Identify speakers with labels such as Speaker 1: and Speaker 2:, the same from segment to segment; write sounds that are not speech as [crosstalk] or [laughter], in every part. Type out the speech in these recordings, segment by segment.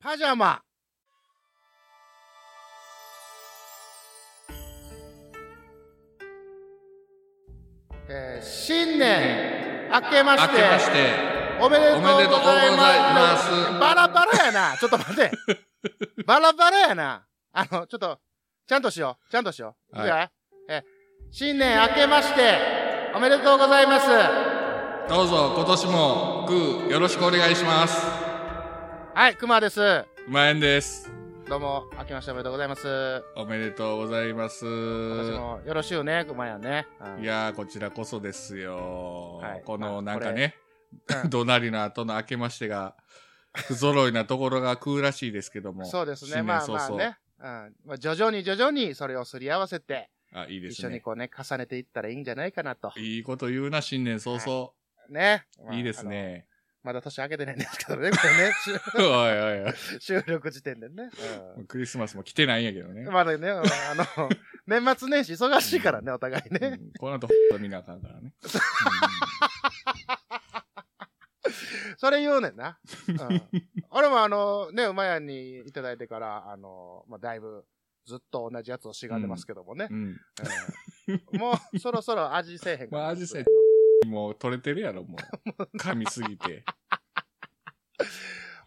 Speaker 1: パジャマえー新年明けま
Speaker 2: 明
Speaker 1: して
Speaker 2: けまして
Speaker 1: おめでとうございま
Speaker 2: おめでとうございます
Speaker 1: バラバラやなちょっと待 [laughs] ってバラバラやなあのちょっとちゃんとしようちゃんとしよう、
Speaker 2: はい
Speaker 1: いくよえー新年明けましておめでとうございます
Speaker 2: どうぞ今年もグーよろしくお願いします
Speaker 1: はいくまです
Speaker 2: うまえんです
Speaker 1: どうも明けましておめでとうございます
Speaker 2: おめでとうございます
Speaker 1: 私もよろしゅうね、熊やね。うん
Speaker 2: いやーこちらこそですよ、
Speaker 1: はい
Speaker 2: この
Speaker 1: ま
Speaker 2: な
Speaker 1: あ
Speaker 2: んかね
Speaker 1: これうん
Speaker 2: [laughs] 怒鳴りの後の明けましてが不揃いなところが食うらしいですけども
Speaker 1: そうですね、
Speaker 2: 新
Speaker 1: ま
Speaker 2: 年
Speaker 1: あ
Speaker 2: 早
Speaker 1: まあ
Speaker 2: 々
Speaker 1: ね。うんまあ、徐々に徐々にそれをすり合わせて、
Speaker 2: あいいで
Speaker 1: 一
Speaker 2: す
Speaker 1: 緒に
Speaker 2: ね
Speaker 1: こうね、重ねていったらいいんじゃないかなと。
Speaker 2: いいこと言うな新年早々、
Speaker 1: ね。まあ
Speaker 2: いいです。ね
Speaker 1: あ
Speaker 2: [laughs]
Speaker 1: のまだ年明けてないんですけどね、これね、
Speaker 2: おいおいおい
Speaker 1: 収録時点でね。う
Speaker 2: もうクリスマスも来てないんやけどね
Speaker 1: ん、まだね、あの、年末年始忙しいからね、お互いね。
Speaker 2: うんこの後、ほっと見なあかんからね。
Speaker 1: それ言うねんな。
Speaker 2: [laughs]
Speaker 1: うん、俺もあの、ね、馬屋にいただいてから、あの、まあ、だいぶ、ずっと同じやつをしがんでますけどもね。
Speaker 2: うんうん
Speaker 1: うんもうそろそろ味せえへんかな
Speaker 2: [laughs] まあ味せえもう取れてるやろ、も
Speaker 1: [laughs]
Speaker 2: う。噛みすぎて。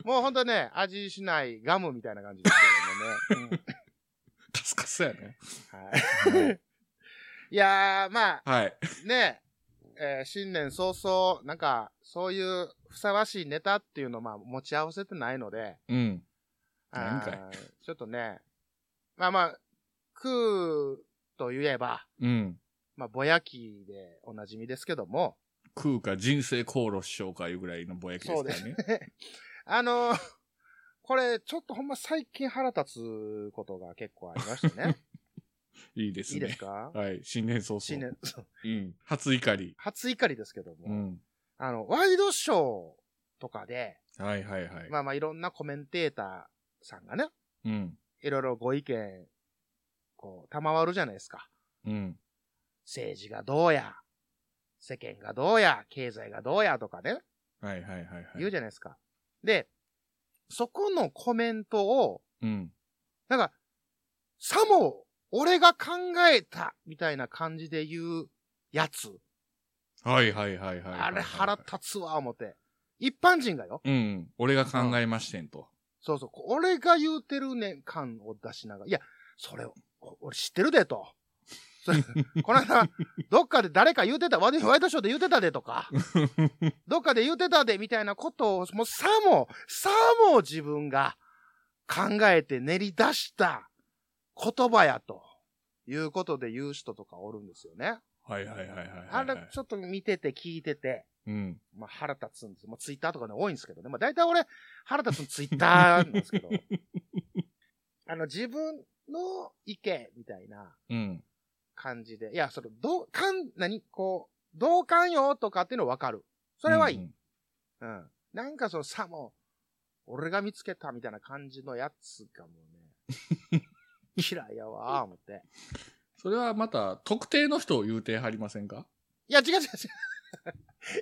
Speaker 1: もうほんとね、味しないガムみたいな感じですけどもね。
Speaker 2: カスカスやね。
Speaker 1: うん
Speaker 2: [laughs]
Speaker 1: はい、いやー、まあ
Speaker 2: はい。
Speaker 1: ね、えー新年早々、なんか、そういうふさわしいネタっていうのをまあ持ち合わせてないので、
Speaker 2: うん。
Speaker 1: あー
Speaker 2: なんかい
Speaker 1: ちょっとね、まあまあ、クーと言えば、
Speaker 2: うん。
Speaker 1: まあ、ぼやきでおなじみですけども、
Speaker 2: 食うか人生航路しようかいうぐらいのぼやきですからね。
Speaker 1: あのー [laughs] これ、ちょっとほんま最近腹立つことが結構ありまして
Speaker 2: [laughs]
Speaker 1: ね。
Speaker 2: いいです
Speaker 1: いい
Speaker 2: ね。
Speaker 1: ですか
Speaker 2: はい。新年早々。
Speaker 1: 新年、そう
Speaker 2: うん。初怒り。
Speaker 1: 初怒りですけども、
Speaker 2: うん。
Speaker 1: あの、ワイドショーとかで、
Speaker 2: はいはいはい。
Speaker 1: まあまあいろんなコメンテーターさんがね、
Speaker 2: うん。
Speaker 1: いろいろご意見、こう、賜るじゃないですか。
Speaker 2: うん。
Speaker 1: 政治がどうや、世間がどうや、経済がどうやとかね、
Speaker 2: はいはいはいはい。
Speaker 1: 言うじゃないですか。で、そこのコメントを、
Speaker 2: うん。
Speaker 1: なんか、さも、俺が考えた、みたいな感じで言うやつ。
Speaker 2: はいはいはいはいはい。
Speaker 1: あれ腹立つわ、思って。一般人がよ。
Speaker 2: うん。俺が考えましてんと。
Speaker 1: そうそう。俺が言うてるねん感を出しながら。いや、それ、お俺知ってるでと。そ
Speaker 2: [laughs]
Speaker 1: れこの間、どっかで誰か言うてた、ワイドワイドショーで言うてたでとか、どっかで言うてたでみたいなことを、もうさも、さも自分が考えて練り出した言葉やと。いうことで言う人とかおるんですよね。
Speaker 2: はいはいはいはいはい。
Speaker 1: あれ、ちょっと見てて聞いてて、
Speaker 2: うん。
Speaker 1: まあ、腹立つんです。まあ、ツイッターとかね、多いんですけどね。まあ、大体俺、腹立つのツイッターなんですけ [laughs] ど。あの、自分の意見みたいな
Speaker 2: うん。
Speaker 1: 感じで。いや、その、どう、かん、何こう、同感よとかっていうのわかる。それはいい。
Speaker 2: う
Speaker 1: うんん、。なんかその、さも、俺が見つけたみたいな感じのやつがもう [laughs] ね、嫌いやわー、思って。
Speaker 2: それはまた、特定の人を言うてはりませんか [laughs]
Speaker 1: いや、違う違う違う。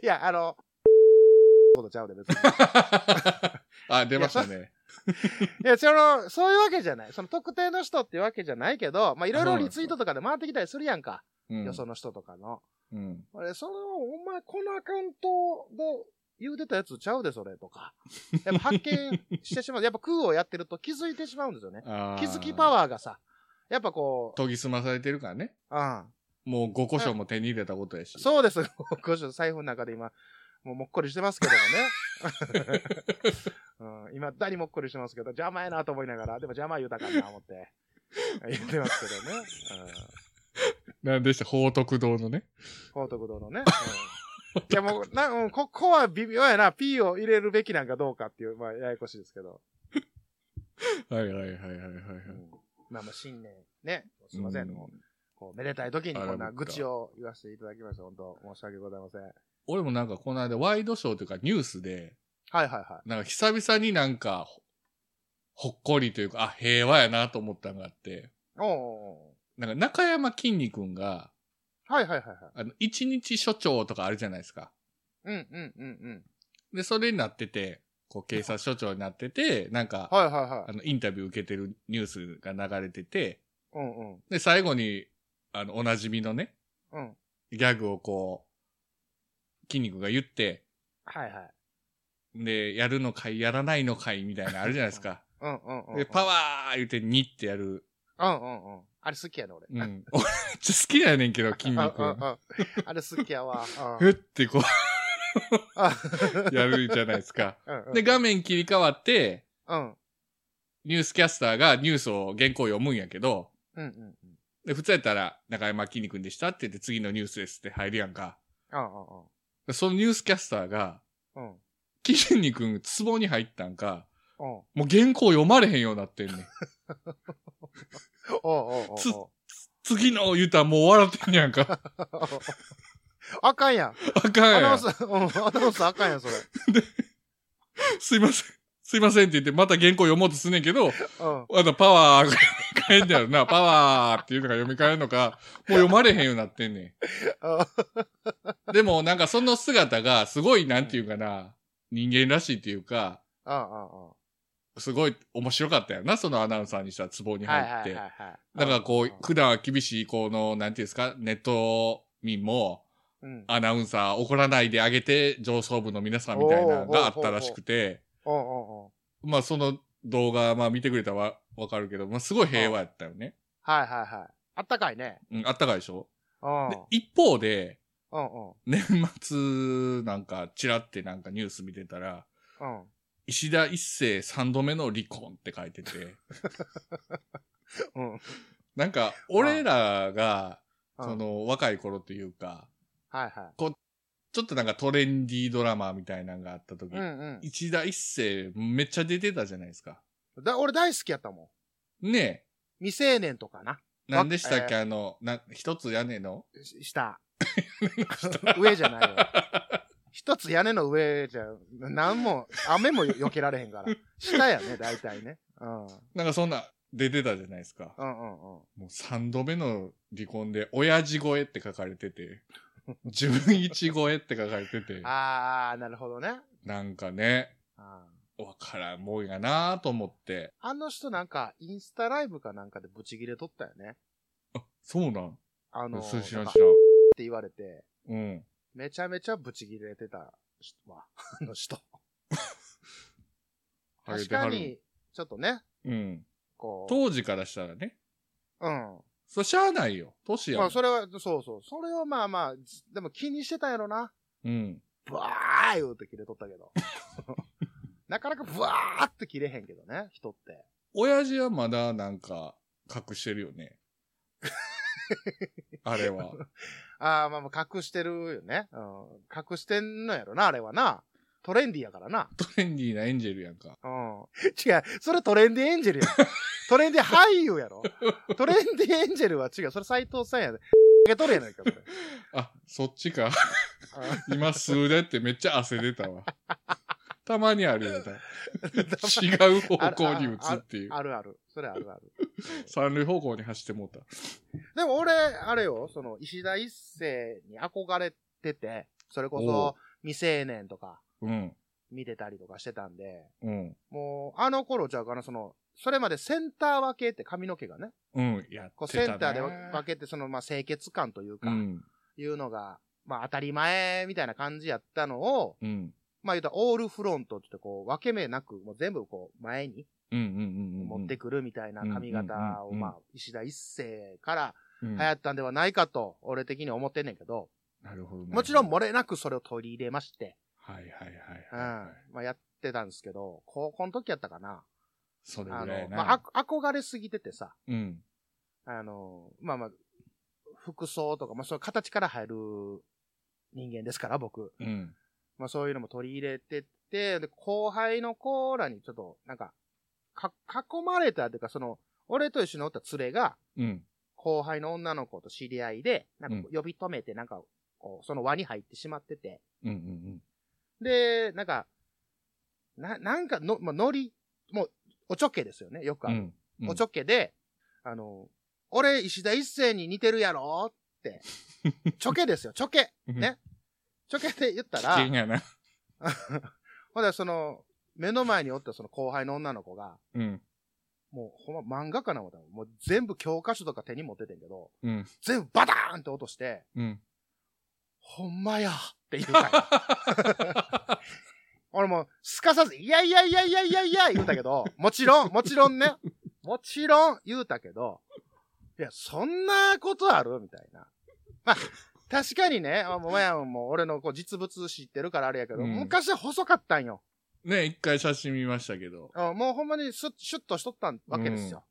Speaker 1: いや、あの、 [laughs] ことちゃうで別に。
Speaker 2: あ、出ましたね。
Speaker 1: いや、その、そういうわけじゃない。その特定の人っていうわけじゃないけど、まあ、いろいろリツイートとかで回ってきたりするやんか。
Speaker 2: うん
Speaker 1: よその人とかの。
Speaker 2: うん。
Speaker 1: 俺、それを、お前、このアカウントで言うてたやつちゃうで、それ、とか。やっぱ発見してしまう。やっぱ空をやってると気づいてしまうん
Speaker 2: [laughs]
Speaker 1: ですよね。気づきパ
Speaker 2: ー。
Speaker 1: ワーがさ、やっぱこう、
Speaker 2: 研ぎ澄まされてるからね。
Speaker 1: うん。
Speaker 2: もう5個賞も手に入れたことやし。
Speaker 1: そうです。ご主財布の中で今、もうもっこりしてますけどもね。うん、今、だにもっこりしてますけど、邪魔やなと思いながら、でも邪魔言うたかんな思って、言ってますけどね。
Speaker 2: なんでした宝徳堂のね。
Speaker 1: うん、高徳堂のね。うん、いやもう、なうん、ここは微妙やな、P を入れるべきなんかどうかっていう、まあ、ややこしいですけど。
Speaker 2: [laughs] はいはいはいはいはいは
Speaker 1: う
Speaker 2: い。
Speaker 1: ん、まあまあ、新年、ね、すいません。
Speaker 2: う
Speaker 1: もうこうめでたい時に
Speaker 2: あら
Speaker 1: こんな
Speaker 2: ぶっ
Speaker 1: 愚
Speaker 2: か
Speaker 1: 痴を言わせていただきました。本当申し訳ございません。はい
Speaker 2: 俺もなんかこの間ワイドショーというかニュースで、
Speaker 1: はいは
Speaker 2: なんか久々になんかほ、ほっこりというか、あ、平和やなと思ったのがあって、
Speaker 1: い。おうおうお
Speaker 2: なんか中山きんに君が、
Speaker 1: うはいはいはいはい。
Speaker 2: あの、一日所長とかあるじゃないですか。
Speaker 1: うんうんうんうん。
Speaker 2: で、それになってて、こう警察署長になってて、なんか、
Speaker 1: はいはいは
Speaker 2: あ
Speaker 1: い。
Speaker 2: の、インタビュー受けてるニュースが流れてて、
Speaker 1: うんうん。
Speaker 2: で、最後に、あの、おなじみのね、
Speaker 1: うん。
Speaker 2: ギャグをこう、筋肉が言って、
Speaker 1: はいはい。
Speaker 2: で、やるのかい、やらないのかい、みたいなのあるじゃないですか。
Speaker 1: うんうんうんうん。
Speaker 2: で、パワー言って、にってやる。
Speaker 1: ー。うんうんうん。あれ好きやね、俺。
Speaker 2: [laughs] うん。俺、めっちゃ好きやねんけど、筋
Speaker 1: あ
Speaker 2: 肉。
Speaker 1: あああれ好きや
Speaker 2: [laughs]
Speaker 1: わ。
Speaker 2: ふってこ
Speaker 1: あ
Speaker 2: う、やるじゃないですか。
Speaker 1: うんうん
Speaker 2: [laughs] で、画面切り替わって、
Speaker 1: うん。
Speaker 2: ニュースキャスターがニュースを原稿を読むんやけど、
Speaker 1: うんうんうん。
Speaker 2: で、普通やったら、中山きんに君でしたって言って、次のニュースですって入るやんか。
Speaker 1: うんうん
Speaker 2: でそのニュースキャスターが、
Speaker 1: うん。うん
Speaker 2: きんに君、ツボに入ったんか、
Speaker 1: うん。
Speaker 2: もう原稿読まれへんようになってんねん。
Speaker 1: おうおうおう
Speaker 2: つ
Speaker 1: おう
Speaker 2: 次の言うたらもう笑ってんやんか。
Speaker 1: あかんやん。
Speaker 2: あか
Speaker 1: ア
Speaker 2: ん
Speaker 1: ナ
Speaker 2: や
Speaker 1: ウン
Speaker 2: ん
Speaker 1: ス、。うん、アナウンスあかんやん、それ。
Speaker 2: すいません。すいませんって言って、また原稿読もうとすんねんけ
Speaker 1: う
Speaker 2: ど、
Speaker 1: ん。
Speaker 2: あとパワーが変えんだよな。パワーっていうのが読み替えるのか、もう読まれへんようになってんね
Speaker 1: あ
Speaker 2: ん。でもなんかその姿がすごいなんていうかな、人間らしいっていうか、
Speaker 1: ああ
Speaker 2: すごい面白かったよな、そのアナウンサーにしたらツボに
Speaker 1: あ。はい
Speaker 2: 入っ
Speaker 1: はいはい
Speaker 2: て。
Speaker 1: はい。
Speaker 2: だからこう、
Speaker 1: う
Speaker 2: 普段は厳しいこの、なんていうんですか、ネット民も、
Speaker 1: ん、うん。
Speaker 2: アナウンサー怒らないであげて、上層部の皆さんみたいなのがあったらしくて、
Speaker 1: おうおうおう
Speaker 2: まあその動画、まあ見てくれたらわわかるけど、まあすごい平和やったよね。
Speaker 1: はいはいはい。あったかいね。
Speaker 2: うん、あったかいでしょ
Speaker 1: うん。うん
Speaker 2: で一方で、
Speaker 1: うん。
Speaker 2: 年末なんか、チラってなんかニュース見てたら、
Speaker 1: うん。
Speaker 2: 石田一世三度目の離婚って書い
Speaker 1: [laughs]
Speaker 2: てて、
Speaker 1: うん。うん
Speaker 2: なんか、俺らが、そ、
Speaker 1: はい
Speaker 2: の、若い頃というか、
Speaker 1: はい。
Speaker 2: ちょっとなんかトレンディードラマみたいなのがあった時、
Speaker 1: うん
Speaker 2: 石田一世めっちゃ出てたじゃないですか。
Speaker 1: うん。だ俺大好きやったも
Speaker 2: ね
Speaker 1: ん。未成年とかな。
Speaker 2: え、なんでしたっけ、
Speaker 1: え
Speaker 2: あの、な、一つ屋根の
Speaker 1: し
Speaker 2: [laughs]
Speaker 1: した。上じゃないよ。一つ屋根の上じゃ、なんも、雨も避けられへんから。下やね、大体ね。うん。うん
Speaker 2: なんかそんな、出てたじゃないですか。
Speaker 1: うんうん。
Speaker 2: もう3度目の離婚で、親父超えって書かれて
Speaker 1: [laughs]
Speaker 2: て、11超えって書かれてて、
Speaker 1: あー、なるほどね。
Speaker 2: なんかね、
Speaker 1: あー
Speaker 2: わからんもんやなぁと思って。
Speaker 1: あの人なんか、インスタライブかなんかでブチギレとったよね。
Speaker 2: あ、そうなん
Speaker 1: あの、
Speaker 2: そう知ら
Speaker 1: なん
Speaker 2: ん
Speaker 1: か
Speaker 2: 知らん。
Speaker 1: って言われて、
Speaker 2: うん。
Speaker 1: めちゃめちゃブチギレてた人は、 [laughs] あの人。
Speaker 2: ハゲ
Speaker 1: 確
Speaker 2: ては
Speaker 1: か
Speaker 2: る
Speaker 1: に、ちょっとね、
Speaker 2: うん。
Speaker 1: こう。
Speaker 2: 当時からしたらね。
Speaker 1: うん。
Speaker 2: それしゃあないよ。年やも
Speaker 1: ま
Speaker 2: ん、
Speaker 1: あ、それは、そうそう。それをまあまあ、ずでも気にしてたんやろな。
Speaker 2: うん。
Speaker 1: ブワー言うて切れとったけ
Speaker 2: [laughs]
Speaker 1: ど。なかなかブワーって切れへんけどね、人って。
Speaker 2: 親父はまだなんか、隠してる
Speaker 1: [laughs]
Speaker 2: よね。あれは。
Speaker 1: ああ、まあまあ、隠してるよね。うん。隠してんのやろな、あれはな。トレンディやからな。
Speaker 2: トレンディーなエンジェルやんか。
Speaker 1: うん。違う、それトレンディエンジェ
Speaker 2: [laughs]
Speaker 1: ルやん。トレンディ俳優やろ。トレンディエンジェルは違う。それ斎藤さんやで。 [laughs] 受け取るやないか、それ。
Speaker 2: あ、そっちか。
Speaker 1: うん
Speaker 2: 今数でってめっちゃ汗出た
Speaker 1: [laughs]
Speaker 2: わ。たまにあるよな。違う方向に打つっていう。
Speaker 1: あるある。それあるある。
Speaker 2: 三塁方向に走ってもうた。
Speaker 1: でも俺、あれよ、その、石田一世に憧れてて、それこ
Speaker 2: おう
Speaker 1: そ、未成年とか
Speaker 2: うん。
Speaker 1: 見てたりとかしてたんで、
Speaker 2: うん。
Speaker 1: もう、あの頃じゃうかな、その、それまでセンター分けって髪の毛がね、
Speaker 2: うん。やってたな。
Speaker 1: こうセンターで分けて、その、まあ、清潔感という
Speaker 2: う
Speaker 1: か、
Speaker 2: ん。
Speaker 1: いうのが、まあ、当たり前みたいな感じやったのを、
Speaker 2: うん。
Speaker 1: まあ、言うたら、オールフロントって言ってこう、分け目なく、もう全部こう、前に
Speaker 2: うん。うん。うん。うん
Speaker 1: 持ってくるみたいな髪型
Speaker 2: うんうんうん
Speaker 1: を、
Speaker 2: うん
Speaker 1: まあ、石田一世から
Speaker 2: うん
Speaker 1: 流行ったんではないかと、俺的に思ってんねんけど、
Speaker 2: なるほど。
Speaker 1: もちろん
Speaker 2: なる
Speaker 1: 漏れなくそれを取り入れまして、
Speaker 2: ほどはいはいはい
Speaker 1: うん。
Speaker 2: はい。
Speaker 1: まあ、やってたんですけど、高校の時やったかな。
Speaker 2: それぐ
Speaker 1: あ
Speaker 2: ら
Speaker 1: の
Speaker 2: い、な。
Speaker 1: まあ、あこ憧れすぎててさ、
Speaker 2: うん。
Speaker 1: あの、まあまあ、服装とか、まあ、その形から入る人間ですから、僕。
Speaker 2: うん。
Speaker 1: まあ、そういうのも取り入れてって、で、後輩の子らにちょっと、なんか、か、囲まれたというか、その、俺と一緒におった連れが、
Speaker 2: うん。
Speaker 1: 後輩の女の子と知り合いで、なんかこう
Speaker 2: う
Speaker 1: 呼び止めて、なんか、こう、その輪に入ってしまってて、
Speaker 2: うん。うん。
Speaker 1: で、なんか、な、なんかの、まあ、ノリ、もう、おちょけですよね、よく
Speaker 2: う
Speaker 1: ある。
Speaker 2: ん。うん。
Speaker 1: おちょけで、あの、俺、石田一世に似てるやろっ
Speaker 2: [laughs]
Speaker 1: て。ちょけですよ、ちょけ。
Speaker 2: うん
Speaker 1: ね。ちょけで言った
Speaker 2: 危
Speaker 1: ら
Speaker 2: 険、やな。
Speaker 1: [laughs] ほんで、その、目の前におったその後輩の女の子が、
Speaker 2: うん。
Speaker 1: もうほんま漫画家な思ったのもう全部教科書とか手に持っててんけど、
Speaker 2: うん。
Speaker 1: 全部バターンって落として、 [laughs]
Speaker 2: うん。 [laughs]
Speaker 1: ほんまやって言うたんや俺もうすかさず、いやいやいやいやいやいや言うたけ
Speaker 2: [laughs]
Speaker 1: ど、もちろん、もちろんね。もちろん言うたけど、いや、そんなことあるみたいな。まあ、確かにね、あもうマヤも俺のこう実物知ってるからあれやけど、
Speaker 2: うん
Speaker 1: 昔は細かったんよ。
Speaker 2: ね、一回写真見ましたけど。
Speaker 1: あもうほんまにスッシュッとしとったわけですよ。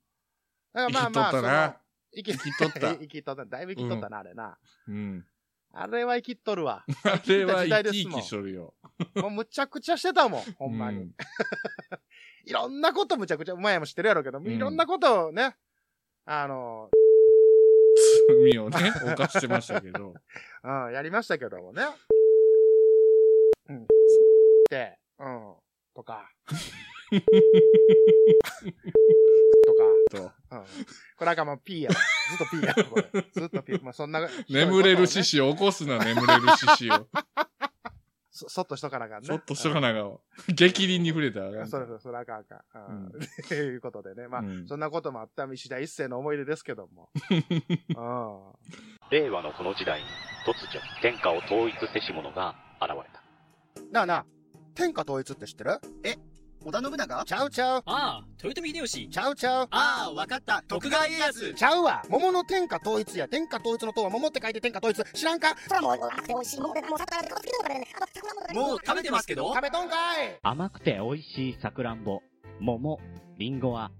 Speaker 1: だ
Speaker 2: 生
Speaker 1: から
Speaker 2: き
Speaker 1: ま
Speaker 2: と
Speaker 1: あま
Speaker 2: っ
Speaker 1: あ、
Speaker 2: たな。
Speaker 1: その生き
Speaker 2: 生きとった。
Speaker 1: [laughs] 生きとった。だいぶ生きとったな、あれな。
Speaker 2: うん。
Speaker 1: あれは生きっとるわ。
Speaker 2: あれは
Speaker 1: 時代で
Speaker 2: 生
Speaker 1: す
Speaker 2: き
Speaker 1: もん
Speaker 2: 生きしとるよ。
Speaker 1: もうむちゃくちゃしてたもん、ほんまに。
Speaker 2: う。
Speaker 1: いろんなことむちゃくちゃ、お前も知ってるやろうけど、
Speaker 2: ん
Speaker 1: いろんなことをね、あの、
Speaker 2: 罪をね、犯してました
Speaker 1: [laughs]
Speaker 2: けど。
Speaker 1: うん、やりましたけどもね。うん。って、うん、とか。 [laughs] と
Speaker 2: と
Speaker 1: か、うん。これあかんもう P やわずっと P やわこれずっと P。まあ、そんな。
Speaker 2: 眠れる獅
Speaker 1: し
Speaker 2: 子を起こすな、眠れる獅子を。
Speaker 1: そそっとしとかなあかんね。
Speaker 2: ちょっとしとかながを。激鱗に触れたらあかん
Speaker 1: そうそう、それあかんあかん。うん
Speaker 2: う
Speaker 1: と [laughs] いうことでね、まあ、
Speaker 2: うん
Speaker 1: そんなこともあった石田一世の思い出ですけど
Speaker 2: [laughs]
Speaker 1: も。う
Speaker 3: 令和のこの時代に突如天下を統一せし者が現れた
Speaker 1: ん。なあなあ、天下統一って知ってる
Speaker 4: 織田信長
Speaker 1: ちゃうちゃう、
Speaker 5: ああ、豊臣秀吉。
Speaker 1: ちゃうちゃう、
Speaker 5: ああ、わかった。徳川家康。
Speaker 1: ちゃうわ。桃の天下統一や、天下統一の塔は桃って書いて天下統一。知らんか
Speaker 6: それはもう甘くて美味しい。もう、もう、魚で顔つけるのかね。あと、桜もとかね
Speaker 5: もう食べてますけど
Speaker 1: 食べとんかい
Speaker 7: 甘くて美味しいさくらんぼ、桃、りんごは、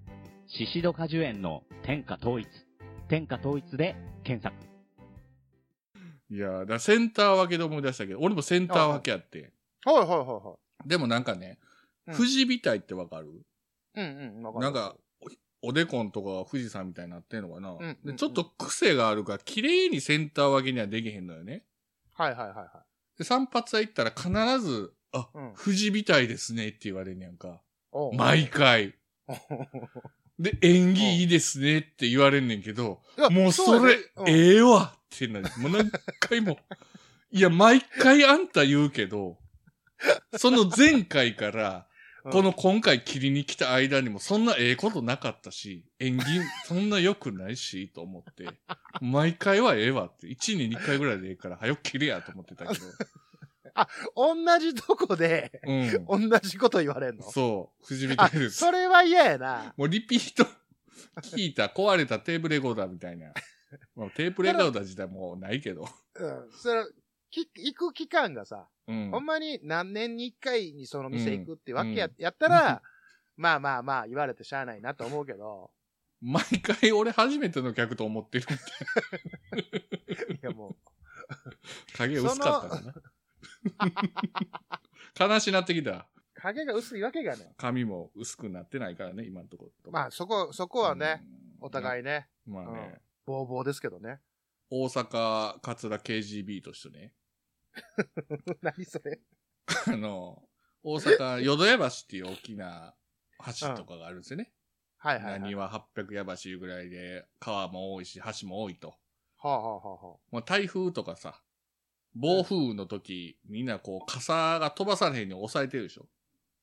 Speaker 7: シシド果樹園の天下統一。天下統一で検索。
Speaker 2: いやーだからセンター分けで思い出したけど、俺もセンター分けあって。
Speaker 1: はいはいはいは
Speaker 2: でもなんかね、
Speaker 1: うん
Speaker 2: 富士みたいってわかる、
Speaker 1: い。うんうん、わかる
Speaker 2: なんか、おおでこんとかが富士山みたいになってんのかな、
Speaker 1: んうんうん
Speaker 2: でちょっと癖があるから、綺麗にセンター分けにはできへんのよね。
Speaker 1: はいはいはいはい。
Speaker 2: で、散髪屋行ったら必ず、あ、
Speaker 1: うん
Speaker 2: 富士みたいですねって言われんねやんか。
Speaker 1: おう
Speaker 2: 毎
Speaker 1: [laughs]
Speaker 2: 回。で、縁起いいですねって言われんねんけど、
Speaker 1: いや
Speaker 2: もうそ
Speaker 1: そう
Speaker 2: れ、
Speaker 1: やねうん
Speaker 2: ええわってなる。もう何回
Speaker 1: [laughs]
Speaker 2: も。いや、毎回あんた言うけど、その前回から、
Speaker 1: うん
Speaker 2: この今回切りに来た間にもそんなええことなかったし、縁起そんな良くないし、と思って、毎回はええわって、1に2回ぐらいでええから、早く切れやと思ってたけど。
Speaker 1: 同じとこで、 [laughs]
Speaker 2: うん。
Speaker 1: 同じこと言われん
Speaker 2: [laughs]
Speaker 1: の
Speaker 2: そう、藤見
Speaker 1: あ
Speaker 2: てる。
Speaker 1: それは嫌やな。
Speaker 2: もうリピート、聞いた、壊れたテーブルレコーダーみた
Speaker 1: [laughs]
Speaker 2: いな。まあ、テーブルレコーダー自体もうないけど。
Speaker 1: うん。それ、き行く期間がさ、
Speaker 2: うん
Speaker 1: ほ。んまに何年に一回にその店行くってわけや,、
Speaker 2: うん
Speaker 1: やったら、まあまあまあ言われてしゃあないなと思うけ [laughs] ど、
Speaker 2: 毎回俺初めての客と思ってるみたい
Speaker 1: いやも
Speaker 2: な。影薄かったかな。悲しなってきた。
Speaker 1: う、影が薄いわけがね。
Speaker 2: 髪も薄くなってないからね、今のところ。
Speaker 1: まあそこ、そこはね、
Speaker 2: うん
Speaker 1: お互いね、
Speaker 2: まあね、
Speaker 1: ボーボーですけどね。 [laughs]
Speaker 2: 大阪桂 KGB としてね、
Speaker 1: 何それ
Speaker 2: あの、大阪淀屋橋っていう大きな橋とかがあるんですよね。
Speaker 1: はいはい、はい。
Speaker 2: 何は800屋橋いうぐらいで、川も多いし、橋も多いと。
Speaker 1: はあ、はあはあは
Speaker 2: まあ、台風とかさ、暴風雨の時、みんなこう、傘が飛ばされへんように抑えてるでしょ。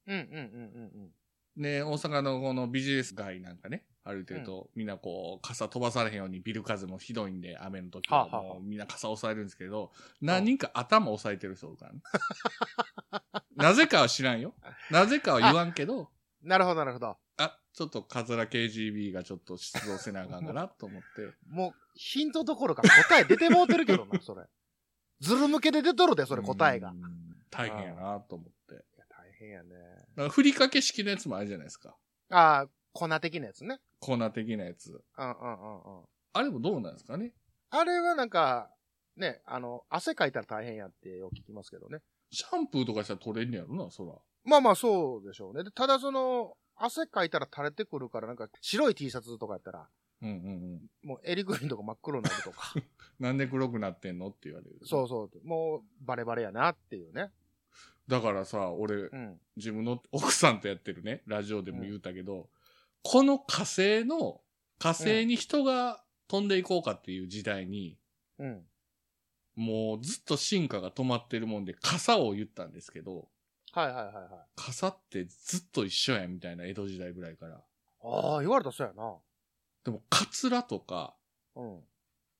Speaker 1: あ、うんうんうんうんうん。
Speaker 2: ね、大阪のこのビジネス街なんかね、歩いてると、みんなこう、傘飛ばされへんようにビル風もひどいんで、雨の時は
Speaker 1: はあはあ
Speaker 2: もうみんな傘押さえるんですけど、何人か頭押さえてる人おるからね。なぜかは知らんよ。なぜかは言わん
Speaker 1: [laughs]
Speaker 2: けど、
Speaker 1: なるほどなるほど。
Speaker 2: あ、ちょっとカズラ KGB がちょっと出動せなあかんかなと思って。
Speaker 1: もう、ヒントどころか答え出てもうてるけどな、 [laughs] それ。ずる向けで出とるで、それ答えが
Speaker 2: う。ん。大変やなと思って。
Speaker 1: いや大変やね。
Speaker 2: だからふりかけ式のやつもあるじゃないですか。
Speaker 1: ああ、粉的なやつね。
Speaker 2: コーナー的なやつ。
Speaker 1: うんうんうんうん。
Speaker 2: あれもどうなんですかね
Speaker 1: あれはなんか、ね、あの、汗かいたら大変やってよく聞きますけどね。
Speaker 2: シャンプーとかしたら取れんねやろな、そら。
Speaker 1: まあまあそうでしょうね。でただその、汗かいたら垂れてくるから、なんか白い T シャツとかやったら、
Speaker 2: うんうんうん。
Speaker 1: もう襟ぐりのとこ真っ黒になると [laughs] か。
Speaker 2: なんで黒くなってんのって言われる。
Speaker 1: そうそう。もうバレバレやなっていうね。
Speaker 2: だからさ、俺
Speaker 1: う、ん。
Speaker 2: 自分の奥さんとやってるね、ラジオでも言うたけど、この火星の、火星に人が飛んでいこうかっていう時代に、
Speaker 1: うん。
Speaker 2: もうずっと進化が止まってるもんで、傘を言ったんですけど、
Speaker 1: はいはいはいはい。
Speaker 2: 傘ってずっと一緒やんみたいな江戸時代ぐらいから。
Speaker 1: ああ、言われたらそうやな。
Speaker 2: でも、カツラとか、
Speaker 1: うん。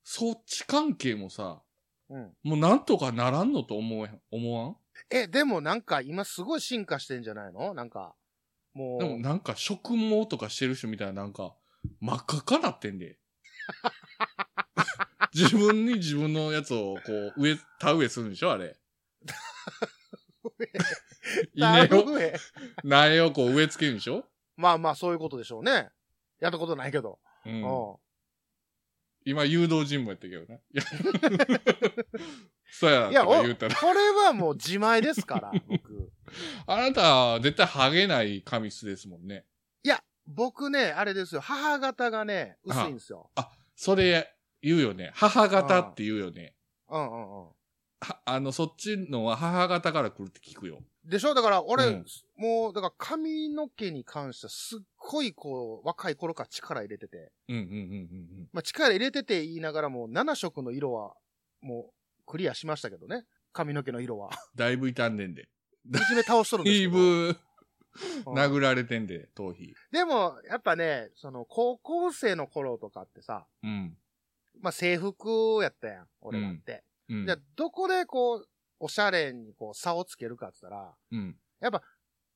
Speaker 2: そっち関係もさ、
Speaker 1: うん。
Speaker 2: もうなんとかならんのと思えん、思わん
Speaker 1: え、でもなんか今すごい進化してんじゃないのなんか、もう
Speaker 2: でも、なんか植毛とかしてる人みたいななんか真っ赤っかなって
Speaker 1: [laughs]
Speaker 2: んで。自分に自分のやつをこう植え、田植えするんでしょあ
Speaker 1: [laughs]
Speaker 2: れ。
Speaker 1: だ
Speaker 2: 稲
Speaker 1: い
Speaker 2: を、
Speaker 1: ぶええ
Speaker 2: 苗をこう植え付けるんでしょ
Speaker 1: まあまあそういうことでしょうね。やったことないけど。
Speaker 2: う
Speaker 1: うんん。。
Speaker 2: 今誘導尋問やったけど
Speaker 1: [laughs]
Speaker 2: な。いやそうや、
Speaker 1: いや、
Speaker 2: と
Speaker 1: お
Speaker 2: か
Speaker 1: こ
Speaker 2: 言
Speaker 1: れ
Speaker 2: うたら。
Speaker 1: はもう自前です
Speaker 2: [laughs]
Speaker 1: から、僕。
Speaker 2: あなたは絶対ハゲない髪質ですもんね。
Speaker 1: いや、僕ね、あれですよ。母方がね、薄いんですよ。
Speaker 2: それ言うよね。母型って言うよね。
Speaker 1: うんうんうん。
Speaker 2: はあの、そっちのは母型から来るって聞くよ。
Speaker 1: でしょだから俺、
Speaker 2: うん
Speaker 1: もう、だから髪の毛に関してはすっごいこう、若い頃から力入れてて。
Speaker 2: うんうんうんうんうん。
Speaker 1: まあ力入れてて言いながらも、7色の色は、もう、クリアしましたけどね。髪の毛の色は。
Speaker 2: だいぶ傷んでんで。
Speaker 1: いじめ倒しとるん
Speaker 2: だ
Speaker 1: です
Speaker 2: [laughs] い
Speaker 1: けど。
Speaker 2: ぶ
Speaker 1: うん
Speaker 2: 殴られてんで、頭皮。
Speaker 1: でも、やっぱね、その、高校生の頃とかってさ、
Speaker 2: うん。
Speaker 1: まあ制服やったやん、俺らって。
Speaker 2: うん。
Speaker 1: じゃあ、どこでこう、おしゃれにこう、差をつけるかって言ったら、
Speaker 2: うん。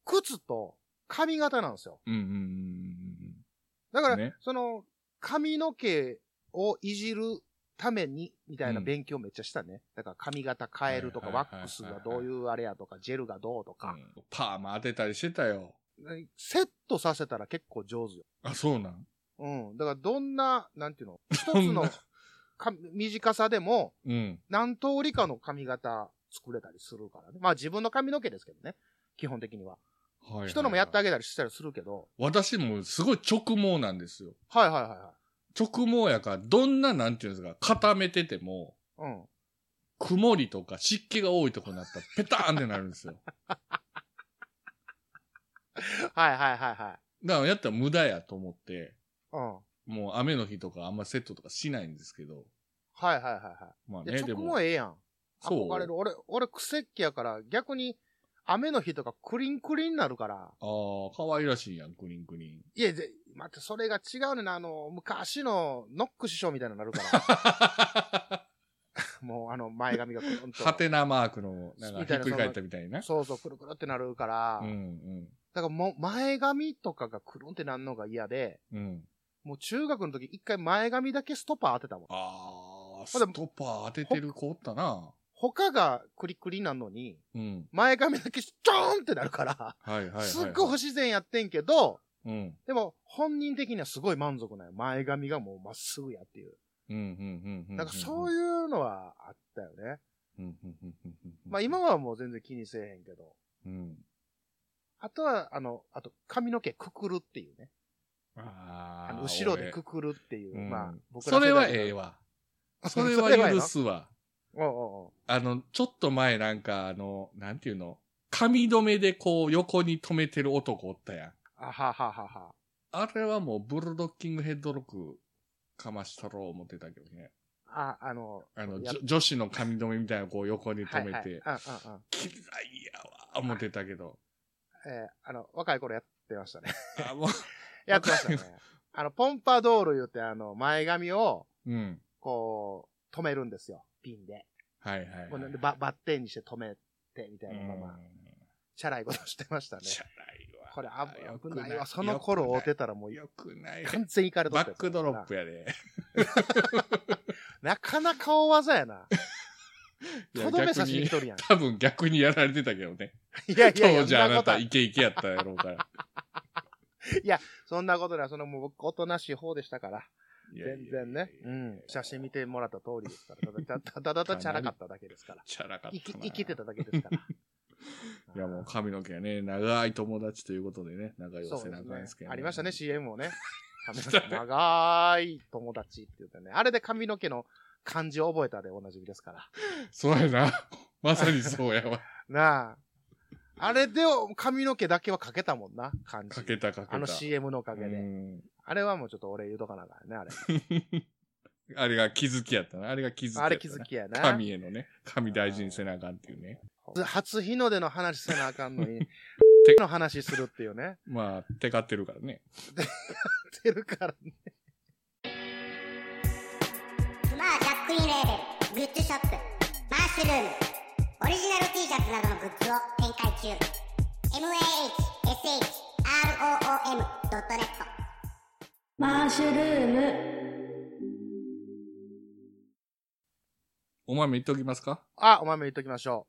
Speaker 1: 靴と髪型なんですよ。
Speaker 2: うんうんうん
Speaker 1: だから、
Speaker 2: ね
Speaker 1: その、髪の毛をいじるために、みたいな
Speaker 2: うん
Speaker 1: 勉強めっちゃしたね。だから髪型変えるとか、
Speaker 2: はいはい
Speaker 1: ワ
Speaker 2: はいはい
Speaker 1: ックスがどういうあれやとか、ジェルがどうと
Speaker 2: うんう
Speaker 1: か、
Speaker 2: ん。パーマ当てたりしてたよ。
Speaker 1: セットさせたら結構上手よ。
Speaker 2: あ、そうなん
Speaker 1: うん。だからどんな、なんていうの、一つ
Speaker 2: どんな
Speaker 1: のか短さでも
Speaker 2: うん。
Speaker 1: 何通りかの髪型作れたりするからね。まあ自分の髪の毛ですけどね。基本的には。
Speaker 2: はいはいはい
Speaker 1: 人のもやってあげたりしたりするけど。
Speaker 2: 私もすごい直毛なんですよ。
Speaker 1: はいはいはいは
Speaker 2: 直毛やから、どんな、なんていうんですか、固めてても、
Speaker 1: い。うん。
Speaker 2: 曇りとか湿気が多いとこになったら、ペターンってなるんですよ。
Speaker 1: はいはいはいはい。
Speaker 2: だからやったら無駄やと思って、
Speaker 1: うん。はい
Speaker 2: もう雨の日とかあんまセットとかしないんですけど。
Speaker 1: はいはいはい。
Speaker 2: まあ
Speaker 1: で
Speaker 2: ね、で
Speaker 1: 直
Speaker 2: も
Speaker 1: も。ええやん。
Speaker 2: そう
Speaker 1: 憧れる。俺、俺、クセっ気やから、逆に、雨の日とかクリンクリンになるから。
Speaker 2: ああ、可愛らしいやん、クリンクリ
Speaker 1: [laughs]
Speaker 2: ン。
Speaker 1: いや、ぜ待って、それが違うねんな。あの、昔のノック師匠みたいになる
Speaker 2: [laughs]
Speaker 1: から。もう、あの、前髪がく
Speaker 2: [laughs]
Speaker 1: るんと。
Speaker 2: ハテナマークの、なんか
Speaker 1: み
Speaker 2: ひ
Speaker 1: たい
Speaker 2: っ
Speaker 1: な
Speaker 2: くり返ったみたいな。
Speaker 1: そうそう、くるくるってなるから。
Speaker 2: うん
Speaker 1: だからもう、前髪とかがくるんってなるのが嫌で、
Speaker 2: うん。うん。
Speaker 1: もう中学の時一回前髪だけストパー当てたもん。
Speaker 2: ああ、ストッパー当ててる子おったな。
Speaker 1: 他がクリクリなんのに、
Speaker 2: うん。
Speaker 1: 前髪だけちょーんってなるから、
Speaker 2: はいはいはい、はい。
Speaker 1: すっごい不自然やってんけど、
Speaker 2: うん。
Speaker 1: でも、本人的にはすごい満足なんよ。前髪がもうまっすぐやっていう。
Speaker 2: うん、うん、うんうん。
Speaker 1: なんかそう
Speaker 2: い
Speaker 1: いうのはあったよね。
Speaker 2: うん。うん、うん、うん。
Speaker 1: まあ今はもう全然気にせえへんけど。
Speaker 2: うん。
Speaker 1: あとは、あの、あと髪の毛くくるっていうね。
Speaker 2: あ
Speaker 1: あ
Speaker 2: あ。
Speaker 1: の後ろでくくるっていう。
Speaker 2: 俺うん
Speaker 1: まあ僕ら
Speaker 2: そ
Speaker 1: 世代
Speaker 2: れ
Speaker 1: の
Speaker 2: はええ。わ。それ
Speaker 1: それ
Speaker 2: は
Speaker 1: はええわ
Speaker 2: 許すわ。
Speaker 1: おうおうおう
Speaker 2: あの、ちょっと前なんか、あの、なんていうの髪留めでこう横に留めてる男おったやん。
Speaker 1: あはははは。
Speaker 2: あれはもうブルドッキングヘッドロックかましたろう思ってたけどね。
Speaker 1: あ、あの、
Speaker 2: あの、
Speaker 1: や
Speaker 2: じょ女子の髪留めみたいなこう横に
Speaker 1: は
Speaker 2: 留
Speaker 1: い
Speaker 2: め
Speaker 1: はい。うんうん
Speaker 2: て、
Speaker 1: うん。
Speaker 2: 嫌いやわ、思ってたけど。
Speaker 1: えーあの、若い頃やってましたね。
Speaker 2: あ、も
Speaker 1: やってま
Speaker 2: [laughs]
Speaker 1: したね。あの、ポンパドール言って、あの、前髪を、
Speaker 2: う、うん。
Speaker 1: こう、止めるんですよ。ピンで。
Speaker 2: はいはい、はい。
Speaker 1: こうねでババッテンにして止めて、みた
Speaker 2: う
Speaker 1: い
Speaker 2: ん
Speaker 1: なまま、チャラいことしてましたね。
Speaker 2: チャラいわ。
Speaker 1: これあ危
Speaker 2: よく
Speaker 1: ないわ。その頃追ってたらもう
Speaker 2: よくない。よくない
Speaker 1: 完全にいかれとっ
Speaker 2: バ
Speaker 1: た
Speaker 2: ッ
Speaker 1: よ
Speaker 2: クドロップやで。
Speaker 1: なかなか大技やな。
Speaker 2: いや
Speaker 1: とどめさしに来とるやん。
Speaker 2: 多分逆にやられてたけどね。
Speaker 1: [laughs] いやいやいや、
Speaker 2: 当時あなた
Speaker 1: そんなこ
Speaker 2: イケイケやったやろうから。
Speaker 1: とそんなことない。そのもう僕、おとなしい方でしたから。
Speaker 2: いやいやい
Speaker 1: 全
Speaker 2: や
Speaker 1: 然ね。うん。写真見てもらった通りですから。ただただただチャラかっただけ
Speaker 2: [laughs]
Speaker 1: ですから。
Speaker 2: チャラかった
Speaker 1: 生
Speaker 2: な。
Speaker 1: き生きてただけですから。
Speaker 2: いやもう髪の毛はね、長い友達ということでね、長いお
Speaker 1: そうで
Speaker 2: 世話
Speaker 1: す
Speaker 2: なんですけ
Speaker 1: ね。
Speaker 2: ど、
Speaker 1: ありましたね、CM
Speaker 2: [laughs]
Speaker 1: をね。髪の毛長い友達って言ってね。あれで髪の毛の漢字を覚えたでおなじみですから。
Speaker 2: そうやな。 [laughs] まさにそうやわ。
Speaker 1: なあ。あれで髪の毛だけはかけたもんな、感じ。
Speaker 2: かけたかけた。
Speaker 1: あの CM のおかげ
Speaker 2: う
Speaker 1: で。
Speaker 2: ん
Speaker 1: あれはもうちょっと俺言うとかなあかん
Speaker 2: [laughs]
Speaker 1: ね、あれ。
Speaker 2: あれが気づきやったな。あれが気づきやったな。
Speaker 1: あれ気づきやな。
Speaker 2: 神へのね、神大事にせなあかんっていうね。
Speaker 1: 初日の出の話せなあかんのに、
Speaker 2: [laughs]
Speaker 1: の話するっていうね。
Speaker 2: まあ、手がってるからね。
Speaker 1: てるからね。
Speaker 6: まあジャックインレーベルグッズショップマッシュルームオリジナル T シャツなどのグッズを展開中 mahshroom.net
Speaker 4: マッシュルーム
Speaker 2: お豆言っときますか
Speaker 1: あ、お豆言っときましょ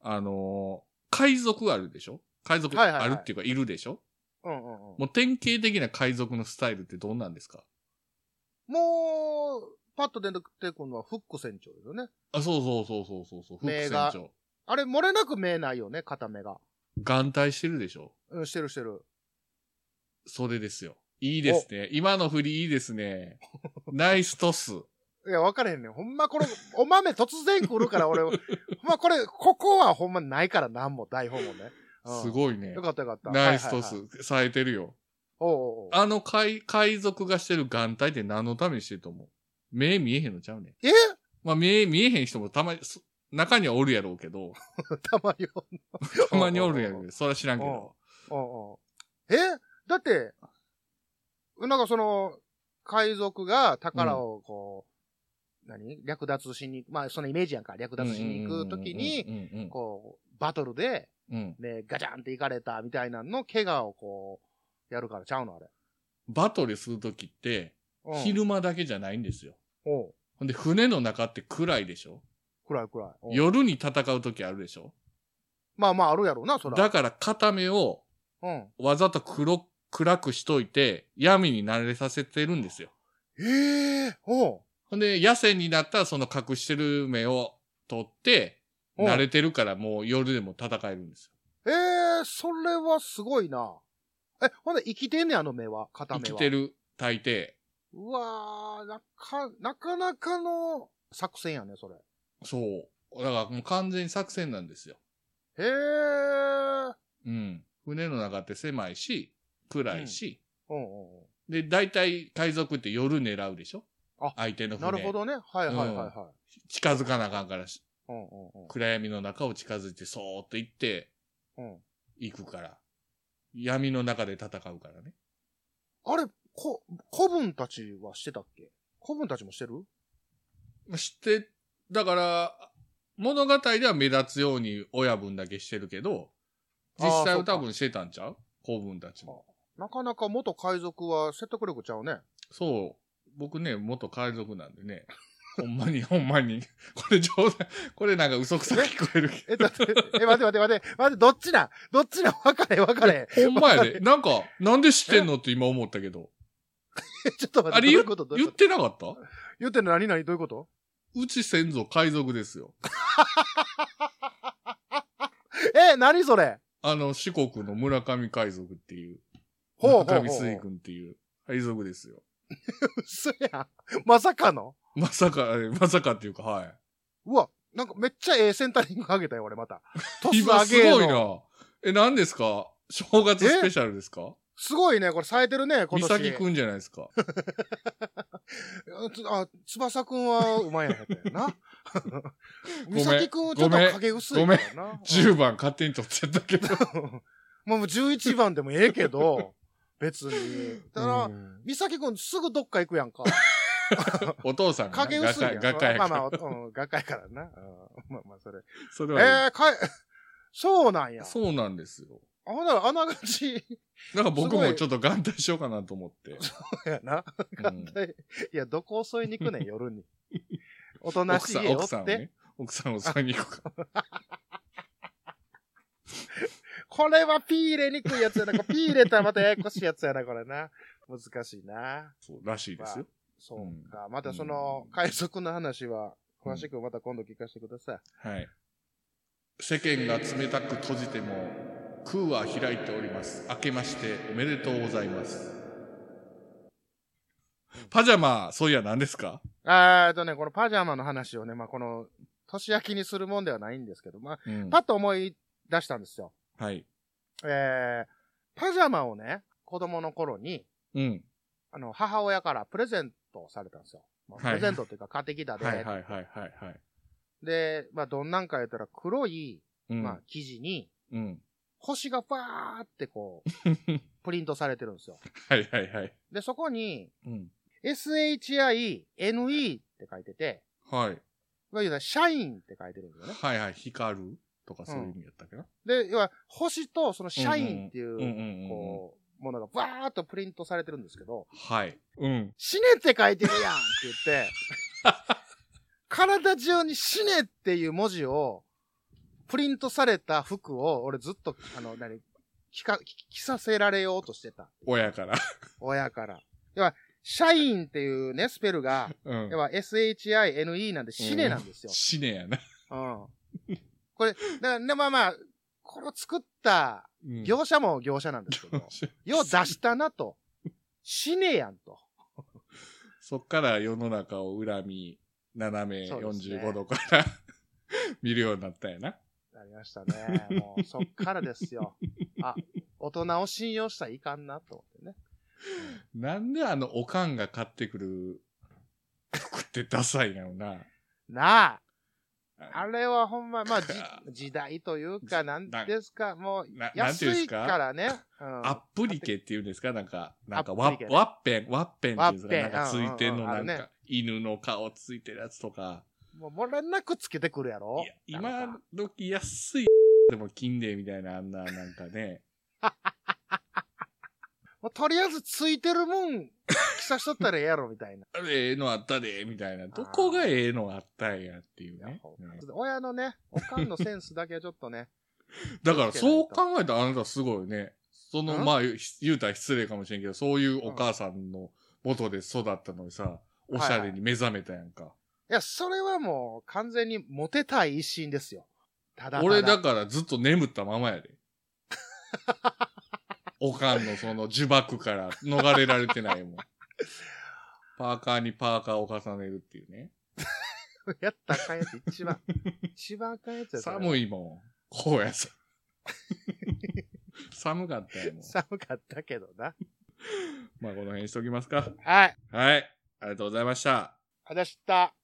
Speaker 2: あのー海賊あるでしょ海賊
Speaker 1: はいはいは
Speaker 2: あ
Speaker 1: い
Speaker 2: るっていうか、いるでしょ、
Speaker 1: う。うんうんうん。
Speaker 2: もう典型的な海賊のスタイルってどんなんですか
Speaker 1: もう、パッと出てくるのはフック船長ですよね。
Speaker 2: あ、そうそうそうそうそうそう、副
Speaker 1: 目
Speaker 2: 船
Speaker 1: が
Speaker 2: 長。
Speaker 1: あれ、漏れなく見えないよね、片目が。
Speaker 2: 眼帯してるでしょ
Speaker 1: うん、してるしてる。
Speaker 2: それですよ。いいですね。今の振りいいですね。ナイストス。
Speaker 1: いや、分かれへんねん。ほんまこれ、 [laughs] お豆突然来るから [laughs] 俺、ほんまこれ、ここはほんまないからなんも、台本もね。うん
Speaker 2: すごいね
Speaker 1: よ。かったよかった。
Speaker 2: ナイストス
Speaker 1: はいはいはい。
Speaker 2: 冴えてるよ。
Speaker 1: おうおうおう
Speaker 2: あの海海賊がしてる眼帯って何のためにしてると思う目見えへんのちゃうねん。
Speaker 1: え
Speaker 2: まあ、目見えへん人もたまに、そ中にはおるやろう
Speaker 1: [laughs]
Speaker 2: けど、
Speaker 1: たまにおんの
Speaker 2: たまにおるやろうけど、それは知らんけ
Speaker 1: おうおう
Speaker 2: ど。
Speaker 1: おうんうんえだって、なんかその、海賊が宝をこう、何略奪しに、まあそのイメージやんか、略奪しに行くときに、
Speaker 2: うんうん
Speaker 1: こう、バトルで、
Speaker 2: うんうん、
Speaker 1: ね、ガチャンって行かれたみたいなのの怪我をこう、やるからちゃうのあれ。
Speaker 2: バトルするときって、
Speaker 1: うん、
Speaker 2: 昼間だけじゃないんですよ。
Speaker 1: おう
Speaker 2: ほんで、船の中って暗いでしょ
Speaker 1: 暗い暗い。おう
Speaker 2: 夜に戦うときあるでしょ
Speaker 1: まあまああるやろうな、そら。
Speaker 2: だから、片目を
Speaker 1: うん。
Speaker 2: わざと黒、暗くしといて、闇に慣れさせてるんですよ。
Speaker 1: ええおう
Speaker 2: ほんで、野生になったらその隠してる目を取って、
Speaker 1: おう
Speaker 2: 慣れてるからもう夜でも戦えるんです
Speaker 1: ええそれはすごいな。え、ほんで生きてんねんあの目は、
Speaker 2: よ。
Speaker 1: 片
Speaker 2: 生
Speaker 1: 目
Speaker 2: き
Speaker 1: は。
Speaker 2: てる、大抵。
Speaker 1: うわー、なか、なかなかの作戦やね、それ。
Speaker 2: そう。だからもう完全に作戦なんですよ。
Speaker 1: へー。
Speaker 2: うん。船の中って狭いし、暗いし、
Speaker 1: うんうんう
Speaker 2: で、大体海賊って夜狙うでしょ
Speaker 1: あ
Speaker 2: 相手の
Speaker 1: ん。な
Speaker 2: 船。
Speaker 1: るほどね。はいはいはいは
Speaker 2: 近づかなあかんからし、
Speaker 1: い。うんうんうん。
Speaker 2: 暗闇の中を近づいて、そーっと行って、
Speaker 1: うん
Speaker 2: 行くから。闇の中で戦うからね。
Speaker 1: あれ、こ、古文たちはしてたっけ古文たちもしてる
Speaker 2: して、だから、物語では目立つように親分だけしてるけど、実際
Speaker 1: あーそ
Speaker 2: は
Speaker 1: っか
Speaker 2: 多分してたんちゃう子分たちも。
Speaker 1: なかなか元海賊は説得力ちゃうね。
Speaker 2: そう。僕ね、元海賊なんでね。 [laughs] ほんまに、ほんまに。 [laughs] これ冗談、これなんか嘘くさく聞こえるけ
Speaker 1: え、だって、え、待って待って待って、待って、どっちだどっちだ分かれへん分かれへん。
Speaker 2: ど。ほんま
Speaker 1: [laughs]
Speaker 2: やで。なんか、なんで知ってんのって今思ったけど。
Speaker 1: えちょっと待
Speaker 2: あ
Speaker 1: って、
Speaker 2: れ
Speaker 1: どういう
Speaker 2: 言
Speaker 1: ことどういう
Speaker 2: 言っ
Speaker 1: こと
Speaker 2: てなかった
Speaker 1: 言ってんの何々どういうこと
Speaker 2: うち先祖海賊ですよ。
Speaker 1: え、何それ
Speaker 2: あの、四国の村上海賊っていう。
Speaker 1: ほうほうほう
Speaker 2: 村上水軍っていう海賊ですよ。
Speaker 1: 嘘やん。まさかの
Speaker 2: まさか、えまさかっていうか、はい。
Speaker 1: うわ、なんかめっちゃええセンタリング上げたよ、俺また。トス
Speaker 2: 今
Speaker 1: 上
Speaker 2: す
Speaker 1: げ
Speaker 2: ごい
Speaker 1: の。
Speaker 2: な。え、何ですか正月スペシャルですか
Speaker 1: すごいね、これ冴えてるね、今
Speaker 2: 美
Speaker 1: 年。
Speaker 2: 咲くんじゃないですか。
Speaker 1: あつあ、翼くんはうまいやつや
Speaker 2: [laughs]
Speaker 1: な。
Speaker 2: ん
Speaker 1: 美咲くんはちょっと影薄いからな。
Speaker 2: 10番勝手に取っちゃった
Speaker 1: [laughs]
Speaker 2: けど。
Speaker 1: もう11番でもええけど、 [laughs] 別に。ただから、
Speaker 2: うん
Speaker 1: 美咲くんすぐどっか行くやん
Speaker 2: [laughs]
Speaker 1: か。
Speaker 2: お父さんがね
Speaker 1: 影薄いやん。
Speaker 2: 画家や
Speaker 1: ま
Speaker 2: か
Speaker 1: あま
Speaker 2: ら
Speaker 1: あ。、うん、画界からな。うんまあまあ、それ。
Speaker 2: それはね、
Speaker 1: えー、かい、そうなんや。
Speaker 2: そうなんですよ。
Speaker 1: あほんなら、あながち、
Speaker 2: だから僕
Speaker 1: すご
Speaker 2: も
Speaker 1: い
Speaker 2: ちょっと眼帯しようかなと思って。
Speaker 1: やな。 [laughs]
Speaker 2: う
Speaker 1: い
Speaker 2: ん
Speaker 1: や、どこ襲いに行く
Speaker 2: [laughs]
Speaker 1: ねん、夜に。おとな
Speaker 2: 奥
Speaker 1: しい
Speaker 2: さん、
Speaker 1: 家お
Speaker 2: 奥
Speaker 1: っ
Speaker 2: さんを
Speaker 1: て。
Speaker 2: ね。奥さんを襲いに行こうか。
Speaker 1: これはピー入れにくいやつやな。これピー入れたらまたややこしいやつやな、これな。難しいな。
Speaker 2: そうらしいですよ。
Speaker 1: そうか。またその、海賊の話は、詳しくまた今度聞かせてください。
Speaker 2: はい。世間が冷たく閉じても、空は開いております。明けましておめでとうございます。パジャマ、そういや何ですか
Speaker 1: あーえっとね、このパジャマの話をね、まあ、この、年明けにするもんではないんですけど、まあ、
Speaker 2: うん
Speaker 1: パッと思い出したんですよ。
Speaker 2: はい。
Speaker 1: えー、パジャマをね、子供の頃に、
Speaker 2: うん。
Speaker 1: あの、母親からプレゼントをされたんですよ。まあ
Speaker 2: は
Speaker 1: プレ
Speaker 2: い
Speaker 1: ゼントっていうか買ってきたで、
Speaker 2: はいはいはいはいはい。
Speaker 1: で、まあ、どんなんか言ったら黒い、
Speaker 2: うん。
Speaker 1: まあ、生地に、
Speaker 2: うん。
Speaker 1: 星がバーってこう、
Speaker 2: [laughs]
Speaker 1: プリントされてるんですよ。
Speaker 2: はいはいはい。
Speaker 1: で、そこに、
Speaker 2: うん。
Speaker 1: SHINE って書いてて、
Speaker 2: はい。
Speaker 1: いわゆるシャインって書いてるんですよね。
Speaker 2: はいはい。光るとかそういう意味やったっけな。
Speaker 1: で、要は、星とそのシャインって
Speaker 2: うんう
Speaker 1: いう、
Speaker 2: んうんうん。
Speaker 1: こう、ものがバーっとプリントされてるんですけど、
Speaker 2: はい。うん。
Speaker 1: 死ねって書いてるやんって言
Speaker 2: [laughs]
Speaker 1: って、体中に死ねっていう文字を、プリントされた服を、俺ずっと、あの、何、着か、着させられようとしてた。
Speaker 2: 親から。
Speaker 1: 親から。要は、シャインっていうね、スペルが、
Speaker 2: うん
Speaker 1: 要。は SHINE なんで死ねなんですよ。
Speaker 2: 死ねやな。
Speaker 1: うん。これ、だからね、まあまあ、これを作った
Speaker 2: うん
Speaker 1: 業者も業者なんですけ
Speaker 2: [laughs]
Speaker 1: ど、よう出したなと。死ねやんと。
Speaker 2: そっから世の中を恨み、斜め
Speaker 1: そうですね
Speaker 2: 45度から [laughs] 見るようになったんやな。
Speaker 1: なりましたね。もうそっからです
Speaker 2: [laughs]
Speaker 1: よ。あ、大人を信用したらいかんなと思ってね。
Speaker 2: なんであのおかんが買ってくる服ってダサいなのな。
Speaker 1: なああれはほんま、
Speaker 2: [laughs]
Speaker 1: まあ、じ時代というか、なんですか、もう
Speaker 2: な、なんていう
Speaker 1: 安
Speaker 2: んです
Speaker 1: い
Speaker 2: か
Speaker 1: からね。うん
Speaker 2: アップリケっていうんですかなんか、なんか
Speaker 1: ア
Speaker 2: ワ
Speaker 1: ップリ
Speaker 2: ッ
Speaker 1: ケね
Speaker 2: ワッペン、ワッペンっていうんですかな
Speaker 1: ワッペン
Speaker 2: んかついてん
Speaker 1: うんう
Speaker 2: の
Speaker 1: んうんあ
Speaker 2: な
Speaker 1: る
Speaker 2: ん
Speaker 1: ね
Speaker 2: か、犬の顔ついてるやつとか。
Speaker 1: もう、もれなくつけてくるやろ
Speaker 2: いや今時安いでも金でみたいなあんななんかね。
Speaker 1: もうとりあえずついてるもん、着さしとったらええやろ、みたいな。
Speaker 2: あれええのあったで、みたいな。どこがええのあったんやっていう [laughs] ね。うん
Speaker 1: 親のね、おかんのセンスだけはちょっとね。
Speaker 2: だからそう考えたらあなたすごいね。その、
Speaker 1: ん
Speaker 2: まあ、言う言うたら失礼かもしれんけど、そういうお母さんの元で育ったのにさ、おしゃれに目覚めたやんか。
Speaker 1: いや、それはもう完全にモテたい一心ですよ。ただただ。
Speaker 2: 俺だからずっと眠ったまま [laughs] やで。おかんのその呪縛から逃れられてないもん。パーカーにパーカーを重ねるっていうね。
Speaker 1: [laughs] やったらあかんやつ、一
Speaker 2: [laughs]
Speaker 1: 番。一番あかんやつや
Speaker 2: 寒
Speaker 1: い。
Speaker 2: いもん。こうや [laughs] さ。寒かったよ、もう。
Speaker 1: 寒かったけどな。
Speaker 2: まあ、この辺にしときますか。
Speaker 1: はい。
Speaker 2: はい。ありがとうございました。
Speaker 1: あたした。